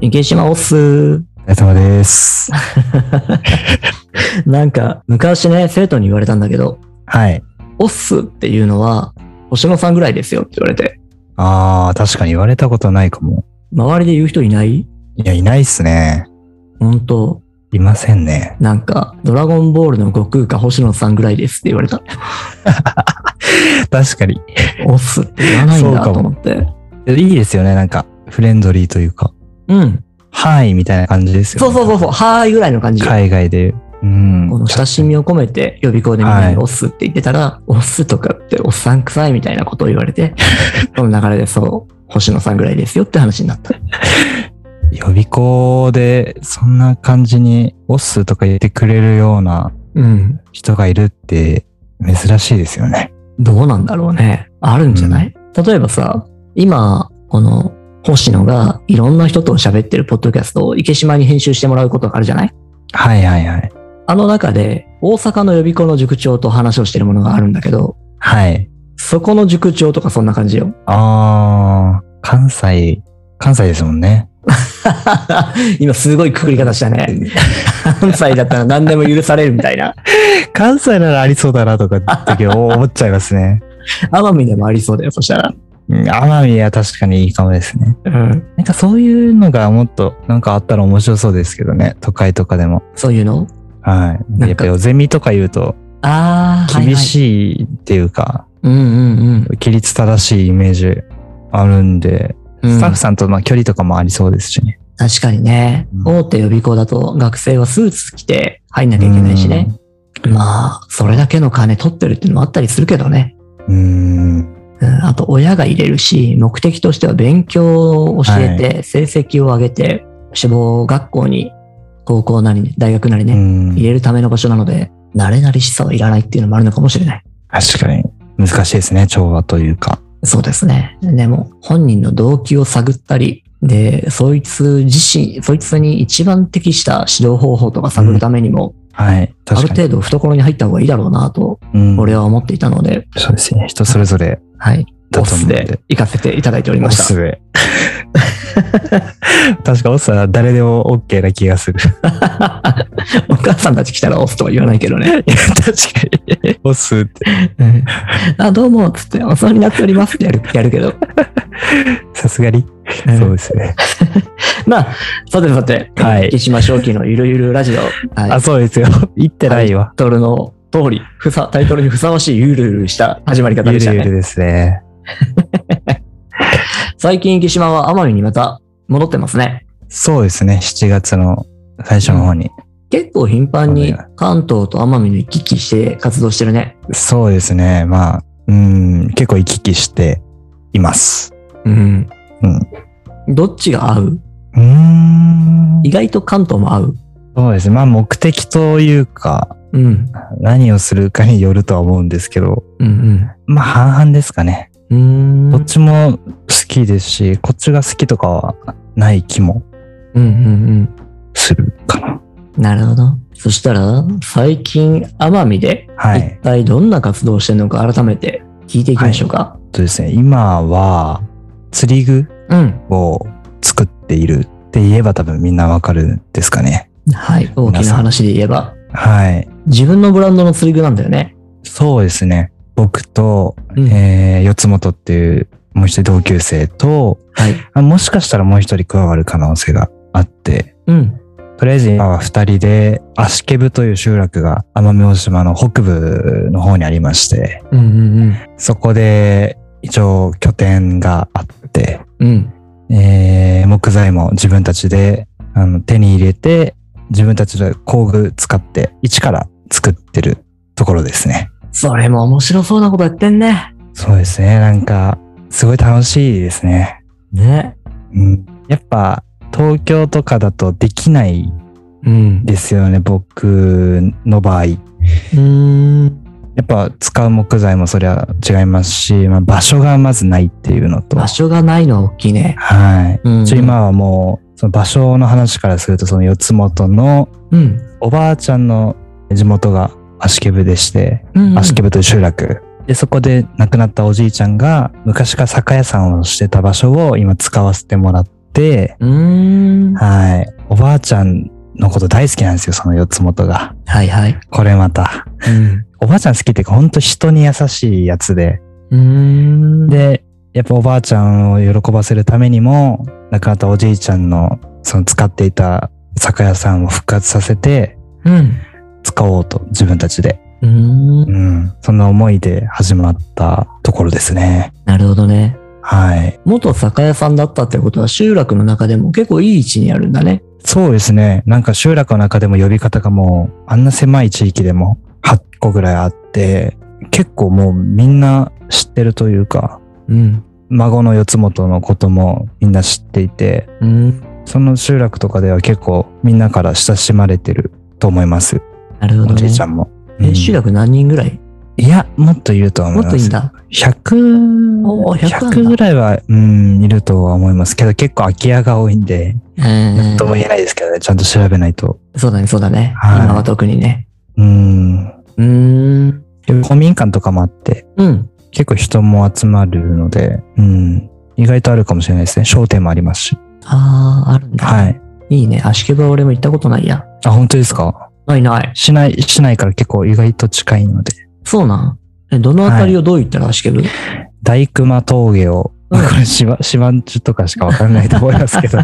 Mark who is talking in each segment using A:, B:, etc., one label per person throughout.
A: 池島おっすー。
B: お疲れ様です。
A: なんか、昔ね、生徒に言われたんだけど、
B: はい。
A: おっすっていうのは、星野さんぐらいですよって言われて、
B: あー、確かに言われたことないかも。
A: 周りで言う人いない
B: いや、いないっすね。
A: ほんと、
B: いませんね。
A: なんか、ドラゴンボールの悟空か星野さんぐらいですって言われた。
B: 確かに。
A: おっすって言わないんだ
B: そ
A: と
B: うかも
A: 思って。
B: いいですよね。なんか、フレンドリーというか、
A: うん。
B: はい、みたいな感じですよ
A: そう
B: ね。
A: そうそうそう、はーいぐらいの感じ。
B: 海外で。うん。
A: この親しみを込めて予備校でみんなにオスって言ってたら、オスとかっておっさん臭いみたいなことを言われ て、その流れでそう、星野さんぐらいですよって話になった。
B: 予備校で、そんな感じに、オッスとか言ってくれるような
A: うん。
B: 人がいるって、珍しいですよね。
A: どうなんだろうね。あるんじゃない、例えばさ、今、この、星野がいろんな人と喋ってるポッドキャストを池島に編集してもらうことがあるじゃない
B: はいはいはい。
A: あの中で、大阪の予備校の塾長と話をしてるものがあるんだけど、
B: はい。
A: そこの塾長とかそんな感じよ。
B: あー、関西、関西ですもんね。
A: 今すごいくくり方したね。関西だったら何でも許されるみたいな。
B: 関西ならありそうだなとかだけど思っちゃいます ね。
A: 奄美でもありそうだよ、そしたら。
B: うん奄美は確かにいいかもですね。
A: うん。
B: なんかそういうのがもっとなんかあったら面白そうですけどね。都会とかでも。
A: そういうの
B: はい。
A: なん
B: やっぱ
A: か
B: りゼミとか言うと
A: ああ、
B: 厳
A: い。
B: しいっていうか、
A: うんうん
B: 規律正しいイメージあるんで、
A: うん。
B: スタッフ
A: さ
B: さんとの距離とかもありそうですしね。
A: ん。確かにね。
B: うん
A: 大手予備校だと学生はスーツ着て入んなきゃいけないしね。まあ、それだけの金取ってるっていうのもあったりするけどね。
B: うん。うーん。
A: うん、あと、親が入れるし、目的としては勉強を教えて、成績を上げて、志望学校に、高校なり、大学なりね、
B: うん
A: 入れるための場所なので、慣れ慣れしさはいらないっていうのもあるのかもしれない。
B: 確かに難しいですね。調和というか。
A: そうですね。でも、本人の動機を探ったり、で、そいつ自身、そいつに一番適した指導方法とか探るためにも、
B: はい。
A: ある
B: 確かに。
A: 程度懐に入った方がいいだろうなと、
B: うん
A: 俺は思っていたので、
B: そうですね。人それぞれ
A: はい。
B: だ
A: オ
B: と思う
A: ス
B: んで。
A: で行かせていただいておりま
B: お
A: し
B: すす
A: た。
B: め。 確かオスは誰でも OK な気がする。
A: お母さんたち来たらオスとは言わないけどね。
B: 確かに。オスって、
A: うんあ、どうも、つって、お世話になっておりますってや る、やるけど。
B: さすがに、そうですね。
A: まあ、さてさて、
B: はい
A: 池島正樹のゆるゆるラジオ。はい
B: あ、そうですよ。言ってないわ。
A: タイトルの通り、ふさ、タイトルにふさわしいゆるゆるした始まり方
B: ゆ
A: でした
B: るゆる
A: ね。
B: ですね。
A: 最近、池島は奄美にまた戻ってますね。
B: そうですね。7月の最初の方に。
A: 結構頻繁に
B: そうだ
A: 関東と奄美の行き来して活動してるね。
B: そうですね。まあ、うん、結構行き来しています。
A: うん。
B: うん。
A: どっちが合う
B: うーん
A: 意。外と関東も合う。
B: そうですね。まあ、目的というか、
A: うん。
B: 何をするかによるとは思うんですけど、
A: うん
B: まあ、半々ですかね。
A: うん。うーん。
B: どっちも好きですし、こっちが好きとかはない気も
A: うんうん
B: するかな。
A: うん。なるほど。そしたら、最近奄美で
B: は
A: 一
B: い。
A: 体どんな活動をしてるのか改めて聞いていきましょうか。
B: とですね、今は釣り具
A: うん。
B: を作っているって言えば多分みんなわかるんですかね。
A: はい。大きな話で言えば。
B: はい。
A: 自分のブランドの釣り具なんだよね。
B: そうですね。僕と、
A: うん
B: えー、四つ元っていうもう一人同級生と、
A: はい。
B: あもしかしたらもう一人加わる可能性があって、
A: うん。
B: とりあえず今は二人で、足ケブという集落が奄美大島の北部の方にありまして、
A: うんうん
B: そこで一応拠点があって、
A: うん。うん。
B: えー木材も自分たちであの手に入れて、自分たちで工具使って一から作ってるところですね。
A: それも面白そうなことやってんね。
B: そうですね。なんか、すごい楽しいですね。
A: ね。
B: うん、やっぱ、東京とかだとできない
A: うん。
B: ですよね。僕の場合。や
A: うん。
B: っぱ使う木材もそりゃ違いますし、まあ、場所がまずないっていうのと。
A: 場所がないのは大きいね。
B: はい。
A: うん
B: ちょ今はもうその場所の話からするとその四つ元の
A: うん。
B: おばあちゃんの地元が足ケブでして
A: うん。
B: 足ケブという集落でそこで亡くなったおじいちゃんが昔から酒屋さんをしてた場所を今使わせてもらっって、
A: うーん。は
B: はい。おばあちゃんのこと大好きなんですよ、その四つ元が。
A: いはい。
B: これまた。
A: うん。
B: おばあちゃん好きっていうか、ほんと人に優しいやつで。
A: うーん。
B: で、やっぱおばあちゃんを喜ばせるためにも、亡くなったおじいちゃんの、その使っていた酒屋さんを復活させて、
A: うん。
B: 使おうと、自分たちで。
A: うーん。
B: うん。そんな思いで始まったところですね。
A: なるほどね。
B: はい。
A: 元酒屋さんだったってことは集落の中でも結構いい位置にあるんだね。
B: そうですね。なんか集落の中でも呼び方がもう、あんな狭い地域でも8個ぐらいあって、結構もうみんな知ってるというか、
A: うん。
B: 孫の四つ元のこともみんな知っていて、
A: うん。
B: その集落とかでは結構みんなから親しまれてると思います。
A: なるほど
B: おじ
A: ね
B: いち。ゃんも。う
A: え、
B: ん
A: 集落何人ぐらい
B: いや、もっといるとは思
A: も
B: い
A: っ
B: ま
A: と
B: す。
A: いいんだ。
B: 100
A: おー100なんだ
B: 100ぐらいは、うん、いるとは思いますけど、結構空き家が多いんで、
A: え
B: なんとも言えないですけどね、ちゃんと調べないと。
A: そうだね、そうだね。
B: はい
A: 今は特にね。
B: うん。
A: うーん。
B: 公民館とかもあって、
A: うん。
B: 結構人も集まるので、うん。意外とあるかもしれないですね。商店もありますし。
A: ああ、あるんだ。
B: はい。
A: いいね。足毛は俺も行ったことないや。
B: あ、本当ですか
A: ないない。
B: 市内、市内から結構意外と近いので。
A: そうなん。え、どのあたりをどう言ったら足毛部
B: 大熊峠を、
A: う
B: こ
A: ん
B: れシマ、シマンチュとかしかわかんないと思いますけ ど、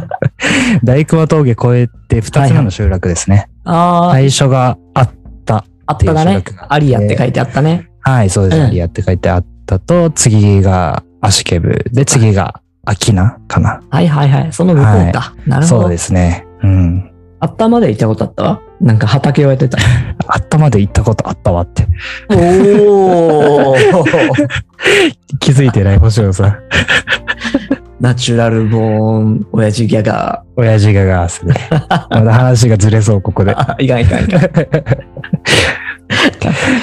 B: 大熊峠越えて2つ目の集落ですね。
A: ああ、
B: 最初があった。
A: あっただね
B: 定食。が
A: アリアって書いてあったね。
B: はい、そうです
A: うん
B: ね。リアって書いてあったと、次がアシケブ。で、次がアキナかな。
A: はいはいはい。その向こうか。なるほ
B: そう
A: ど
B: で。すね。うん。
A: あったまで行ったことあったわ。なんか畑をやってた。
B: あったまで行ったことあったわって。
A: おお
B: 気づいてない、星野さん。
A: ナチュラルボーン、親父ギャガ
B: 親父がガー スで。まだ話がずれそう、ここで
A: ー。。あ、いかんいかんいかん。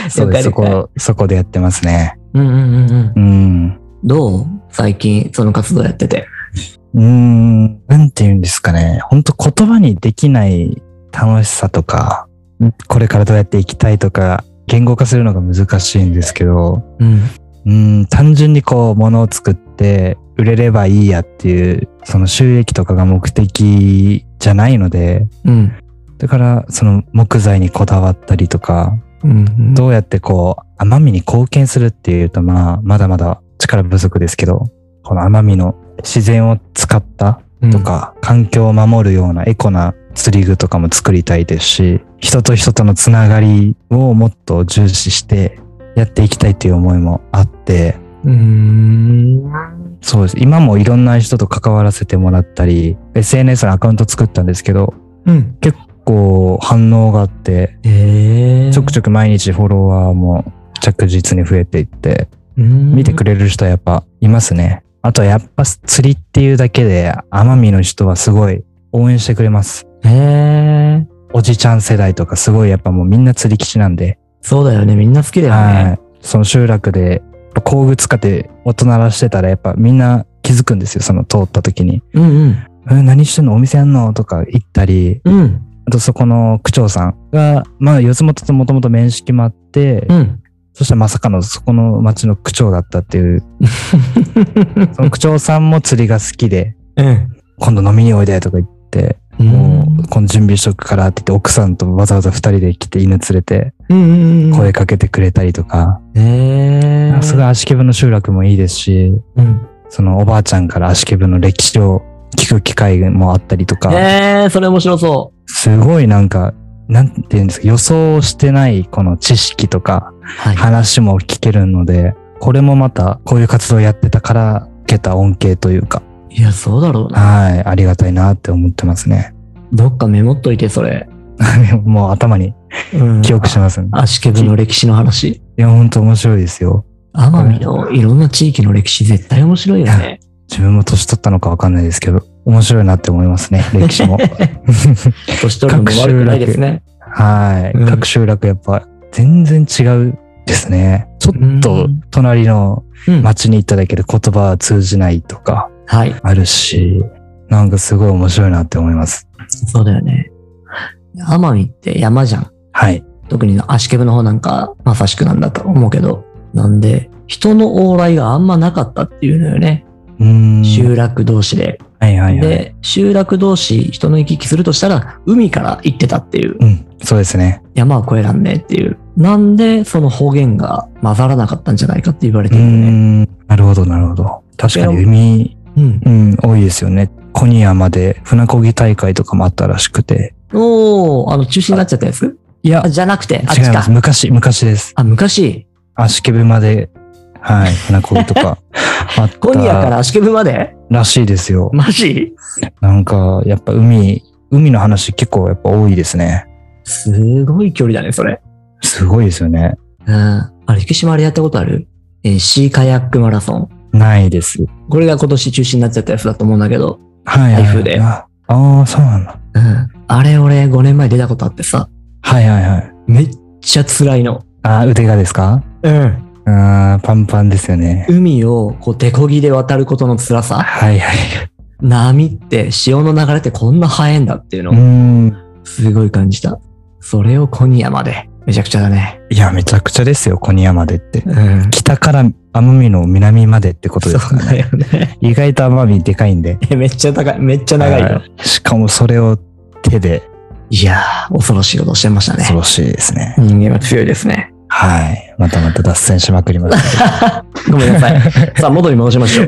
B: そうです。そこ、そこでやってますね。
A: うんうんうんうん。
B: うん。
A: どう最近、その活動やってて。
B: うーん、なんて言うんですかね。本当言葉にできない楽しさとか、これからどうやっていきたいとか、言語化するのが難しいんですけど、
A: うん。
B: うーん、単純にこう、物を作って、売れればいいやっていう、その収益とかが目的じゃないので、
A: うん。
B: だから、その木材にこだわったりとか、
A: うん。
B: どうやってこう、奄美に貢献するっていうと、まあ、まだまだ力不足ですけど、この奄美の自然を使った
A: うん
B: と。か、環境を守るようなエコな釣り具とかも作りたいですし、人と人とのつながりをもっと重視してやっていきたいっていう思いもあって、
A: うーん。
B: そうです。今もいろんな人と関わらせてもらったり、SNS のアカウント作ったんですけど、
A: うん。
B: こう反応があって、
A: ええ
B: ちょくちょく毎日フォロワーも着実に増えていって、見
A: 見
B: てくれる人はやっぱいますね。あとはやっぱ釣りっていうだけで、奄美の人はすごい応援してくれます。
A: れ。へえ。
B: おじちゃん世代とかすごいやっぱもうみんな釣り基地なんで、
A: そうだよね。みんな好きだよね。
B: はい、その集落で工具使って音鳴らしてたらやっぱみんな気づくんですよその通った時に
A: うんうん。
B: 「え何してんのお店やんの?」とか言ったり
A: うん。
B: あとそこの区長さんがまあ四つ元ともともと面識もあって、
A: うん。
B: そしたらまさかのそこの町の区長だったって いうその区長さんも釣りが好きで
A: うん。
B: 「今度飲みにおいで」とか言って「もうこの準備しとくから」って言って奥さんとわざわざ二人で来て犬連れて
A: うん。うん。うん。
B: 声かけてくれたりとか、
A: ええ。
B: すごい足ケブの集落もいいですし、
A: うん。
B: そのおばあちゃんから足ケブの歴史を聞く機会もあったりとか、
A: ええ、それ面白そ
B: すごいなんか、なんて言うんですか、予想してないこの知識とか
A: う。はい
B: 話も聞けるので、これもまたこういう活動やってたから受けた恩恵というか、
A: いや、そうだろうな。
B: はい、ありがたいなって思ってますね。
A: どっかメモっといて、それ。
B: もう頭に記憶しますね。
A: アシケブの歴史の話。
B: いや、ほんと面白いですよ。
A: 奄美のいろんな地域の歴史絶対面白いよね。
B: 自分も年取ったのかわかんないですけど、面白いなって思いますね、歴史も。
A: 年取るのも悪くないですね。
B: はい、
A: うん
B: 各集落やっぱ全然違うですね。ちょっ
A: う
B: と
A: ん
B: 隣の
A: うん
B: 町に行っただけで言葉は通じないとか
A: はい。
B: あるし、なんかすごい面白いなって思います。
A: そうだよね。奄美って山じゃん。
B: はい。
A: 特に足ケブの方なんかまさしくなんだと思うけど。なんで、人の往来があんまなかったっていうのよね。
B: うーん。
A: 集落同士で。
B: はいはいはい。
A: で、集落同士人の行き来するとしたら、海から行ってたっていう、
B: うん。そうですね。
A: 山は越えらんねえっていう。なんで、その方言が混ざらなかったんじゃないかって言われ
B: う
A: て
B: ー
A: るよね。
B: ん。なるほどなるほど。確かに海、
A: うん。
B: うん、多いですよね。コニアまで船漕ぎ大会とかもあったらしくて。
A: おー、あの、中止になっちゃったやつ
B: いや
A: あ、、じゃなくて、あっ
B: 違い
A: ち
B: ま
A: か
B: す。。昔、昔です。
A: あ、昔、
B: 足ケベまで、はい、船漕ぎと かあった。
A: 今夜から足首まで
B: らしいですよ。
A: マジ
B: なんか、やっぱ海、海の話結構やっぱ多いですね。
A: すごい距離だね、それ。
B: すごいですよね。
A: うん。あれ、雪島あれやったことあるえーシーカヤックマラソン。
B: ないです。
A: これが今年中止になっちゃったやつだと思うんだけど。
B: はい、はい。
A: 台風で
B: ああー、そうなんだ。
A: うん。あれ、俺5年前出たことあってさ、
B: はいはいはい。
A: めっちゃ辛いの。
B: あー腕がですか
A: うん。
B: うーん、パンパンですよね。
A: 海をこう手漕ぎで渡ることの辛さ。
B: はいはい。
A: 波って潮の流れってこんな速いんだっていうの
B: うー
A: を
B: ん。
A: すごい感じた。それをコニアまで。めちゃくちゃだね。
B: いや、めちゃくちゃですよ、コニアまでって。
A: うん。
B: 北から奄美の南までってことですからね。
A: よね。
B: 意外と奄美でかいんで。
A: めっちゃ高い。めっちゃ長いよ
B: は。いしかもそれを手で、
A: いやー、恐ろしいことしてました
B: 恐
A: ね。
B: ろしいですね。
A: 人間は強いですね。
B: はい。またまた脱線しまくりま した。
A: ごめんなさい。さあ、元に戻しましょう。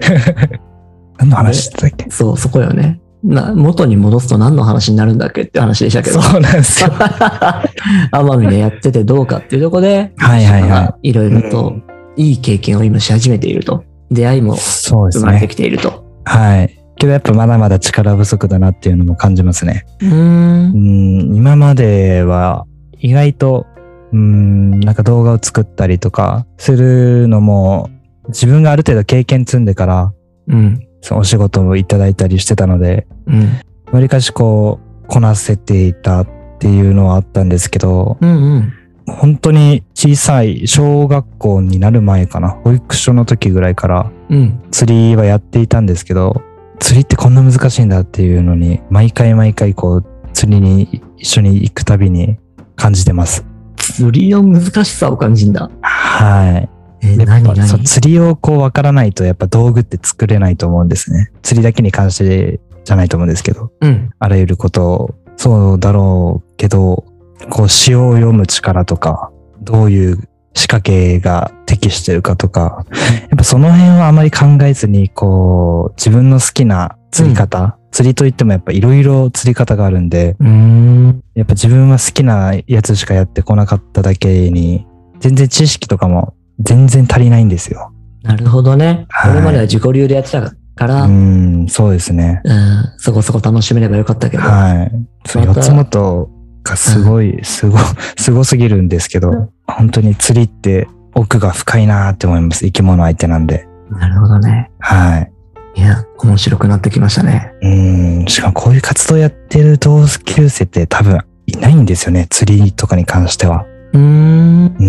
B: 何の話してたっけ
A: そう、そこよね。な、元に戻すと何の話になるんだっけって話でしたけど。
B: そうなんですよ。
A: 奄美でやっててどうかっていうところで、。
B: はいはいはい
A: ろいろ
B: う
A: と、いい経験を今し始めていると。出会いも
B: そうで
A: 生
B: す
A: まれて
B: ね。
A: きていると。
B: はい。けどやっぱまだまだ力不足だなっていうのも感じますね。
A: うー。
B: うんん、今までは意外と、うん、なんか動画を作ったりとかするのも、自分がある程度経験積んでから、
A: うん。
B: そのお仕事をいただいたりしてたので、
A: うん。
B: わりかしこう、こなせていたっていうのはあったんですけど、
A: うんうん。
B: 本当に小さい小学校になる前かな、保育所の時ぐらいから
A: うん。
B: 釣りはやっていたんですけど、釣りってこんな難しいんだっていうのに、毎回毎回こう、釣りに一緒に行くたびに感じてます。
A: 釣りの難しさを感じんだ。
B: はい。
A: えー
B: で
A: 何
B: やっぱ
A: 何
B: そう釣りをこう分からないとやっぱ道具って作れないと思うんですね。釣りだけに関してじゃないと思うんですけど、
A: うん。
B: あらゆることをそうだろうけど、こう詩を読む力とか、どういう仕掛けが適してるかとか、やっぱその辺はあまり考えずに、こう自分の好きな釣り方、釣りといってもやっぱいろいろ釣り方があるんで、
A: うーん。
B: やっぱ自分は好きなやつしかやってこなかっただけに、全然知識とかも全然足りないんですよ。
A: なるほどね。
B: はい
A: これまでは自己流でやってたから、
B: うん、そうですね。
A: うん、そこそこ楽しめればよかったけど。
B: はい。そう、
A: ま
B: 四
A: た
B: つ元がすごい、すご、 すごすぎるんですけど、
A: うん
B: 本当に釣りって奥が深いなって思います。生き物相手なんで。
A: なるほどね。
B: はい。
A: いや、面白くなってきましたね。
B: うん、しかもこういう活動やってる同級生って多分いないんですよね。釣りとかに関しては。
A: うーん。
B: う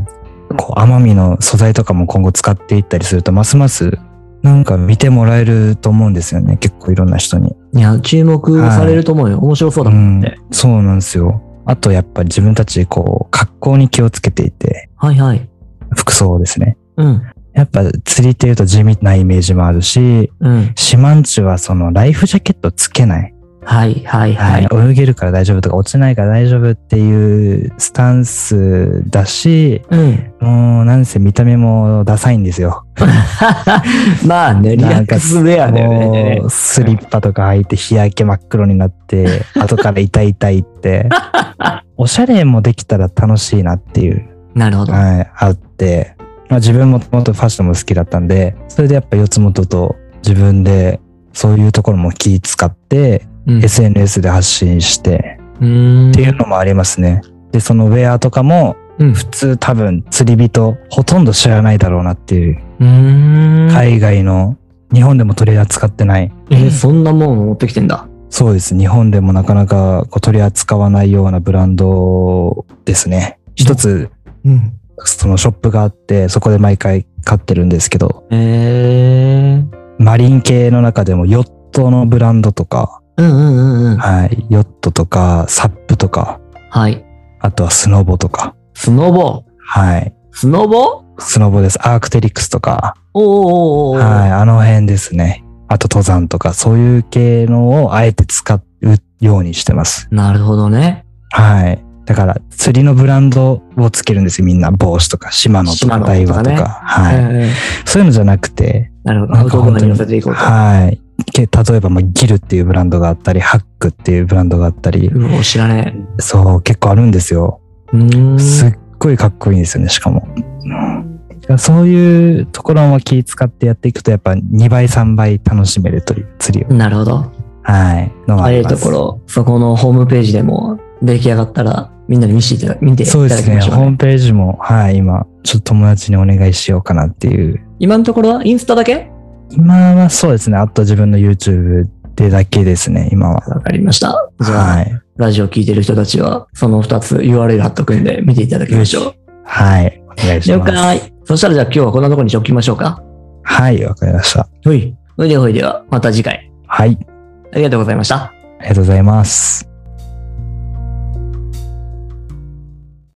B: ん。こう、奄美の素材とかも今後使っていったりすると、ますます、なんか見てもらえると思うんですよね。結構いろんな人に。
A: いや、注目されると思うよ。面白そうだもんって。
B: うんそうなんですよ。あと、やっぱり自分たち、こう、格好に気をつけていて、
A: はいはい。
B: 服装ですね。
A: うん。
B: やっぱ釣りっていうと地味なイメージもあるし、
A: うん。
B: 島んちはそのライフジャケットつけない。
A: はいはいはい。
B: はい。泳げるから大丈夫とか落ちないから大丈夫っていうスタンスだし、
A: うん。
B: もうなんせ見た目もダサいんですよ。
A: まあね、リラックスウェアだよね
B: も。うスリッパとか履いて日焼け真っ黒になって、後から痛い痛い って。おしゃれもできたら楽しいなっていう、
A: なるほど。
B: はい、あって、まあ、自分ももともとファッションも好きだったんで、それでやっぱ四つ元と自分でそういうところも気使って、
A: うん。
B: SNS で発信して
A: うん
B: っていうのもありますね。で、そのウェアとかも
A: うん。
B: 普通多分釣り人ほとんど知らないだろうなっていう、
A: うん。い。
B: 海外の日本でも取り扱ってない
A: え、そんなもん持ってきてんだ。
B: そうです。日本でもなかなかこう取り扱わないようなブランドですね。一つ、
A: うん。
B: そのショップがあって、そこで毎回買ってるんですけど、
A: えー。
B: マリン系の中でもヨットのブランドとか、
A: うんうんうんうん。
B: はい、ヨットとか、サップとか、
A: はい。
B: あとはスノボとか、
A: スノボ。
B: はい、
A: スノボ
B: スノボです。アークテリクスとか、
A: おーおーおーおー
B: はい、あの辺ですね。あと登山とか、そういう系のをあえて使うようにしてます。
A: なるほどね。
B: はい。だから、釣りのブランドをつけるんですよ、みんな。帽子とか、シマノと
A: シマ
B: か、
A: ノ
B: ダイワとか。
A: とかね
B: はい、
A: うんうん
B: そういうのじゃなくて、
A: なるほど。
B: なん
A: アウ
B: か
A: トド
B: 本
A: ア
B: 当
A: に寄
B: に、
A: せていこうと。
B: はい。け例えば、まあ、ギルっていうブランドがあったり、ハックっていうブランドがあったり、
A: うお、知らね
B: そう、結構あるんですよ。
A: え。うーん。
B: すっごいかっこいいんですよね、しかも。そういうところも気使ってやっていくと、やっぱ2倍、3倍楽しめるという釣りを。
A: なるほど。
B: はい。のが
A: あ
B: あ
A: れる
B: りま
A: と
B: す
A: こ。ろ、そこのホームページでも出来上がったら、みんなに見せていただ見ていた
B: そうで
A: だ
B: す
A: き
B: ね。
A: ましょう
B: ホ
A: ね、
B: ームページも、はい、今、ちょっと友達にお願いしようかなっていう。
A: 今のところはインスタだけ
B: 今はそうですね。あと自分の YouTube でだけですね、今は。
A: わかりました。じゃあ、
B: はい。
A: ラジオ聞いてる人たちは、その2つ URL 貼っとくんで見ていただきましょ。
B: はい。お願いうし
A: 了
B: ます。
A: 解。そしたらじゃあ今日はこんなところにしておきましょうか。
B: はい、わかりました。
A: はい。ほいでほいでは、また次回。
B: はい。
A: ありがとうございました。
B: ありがとうございます。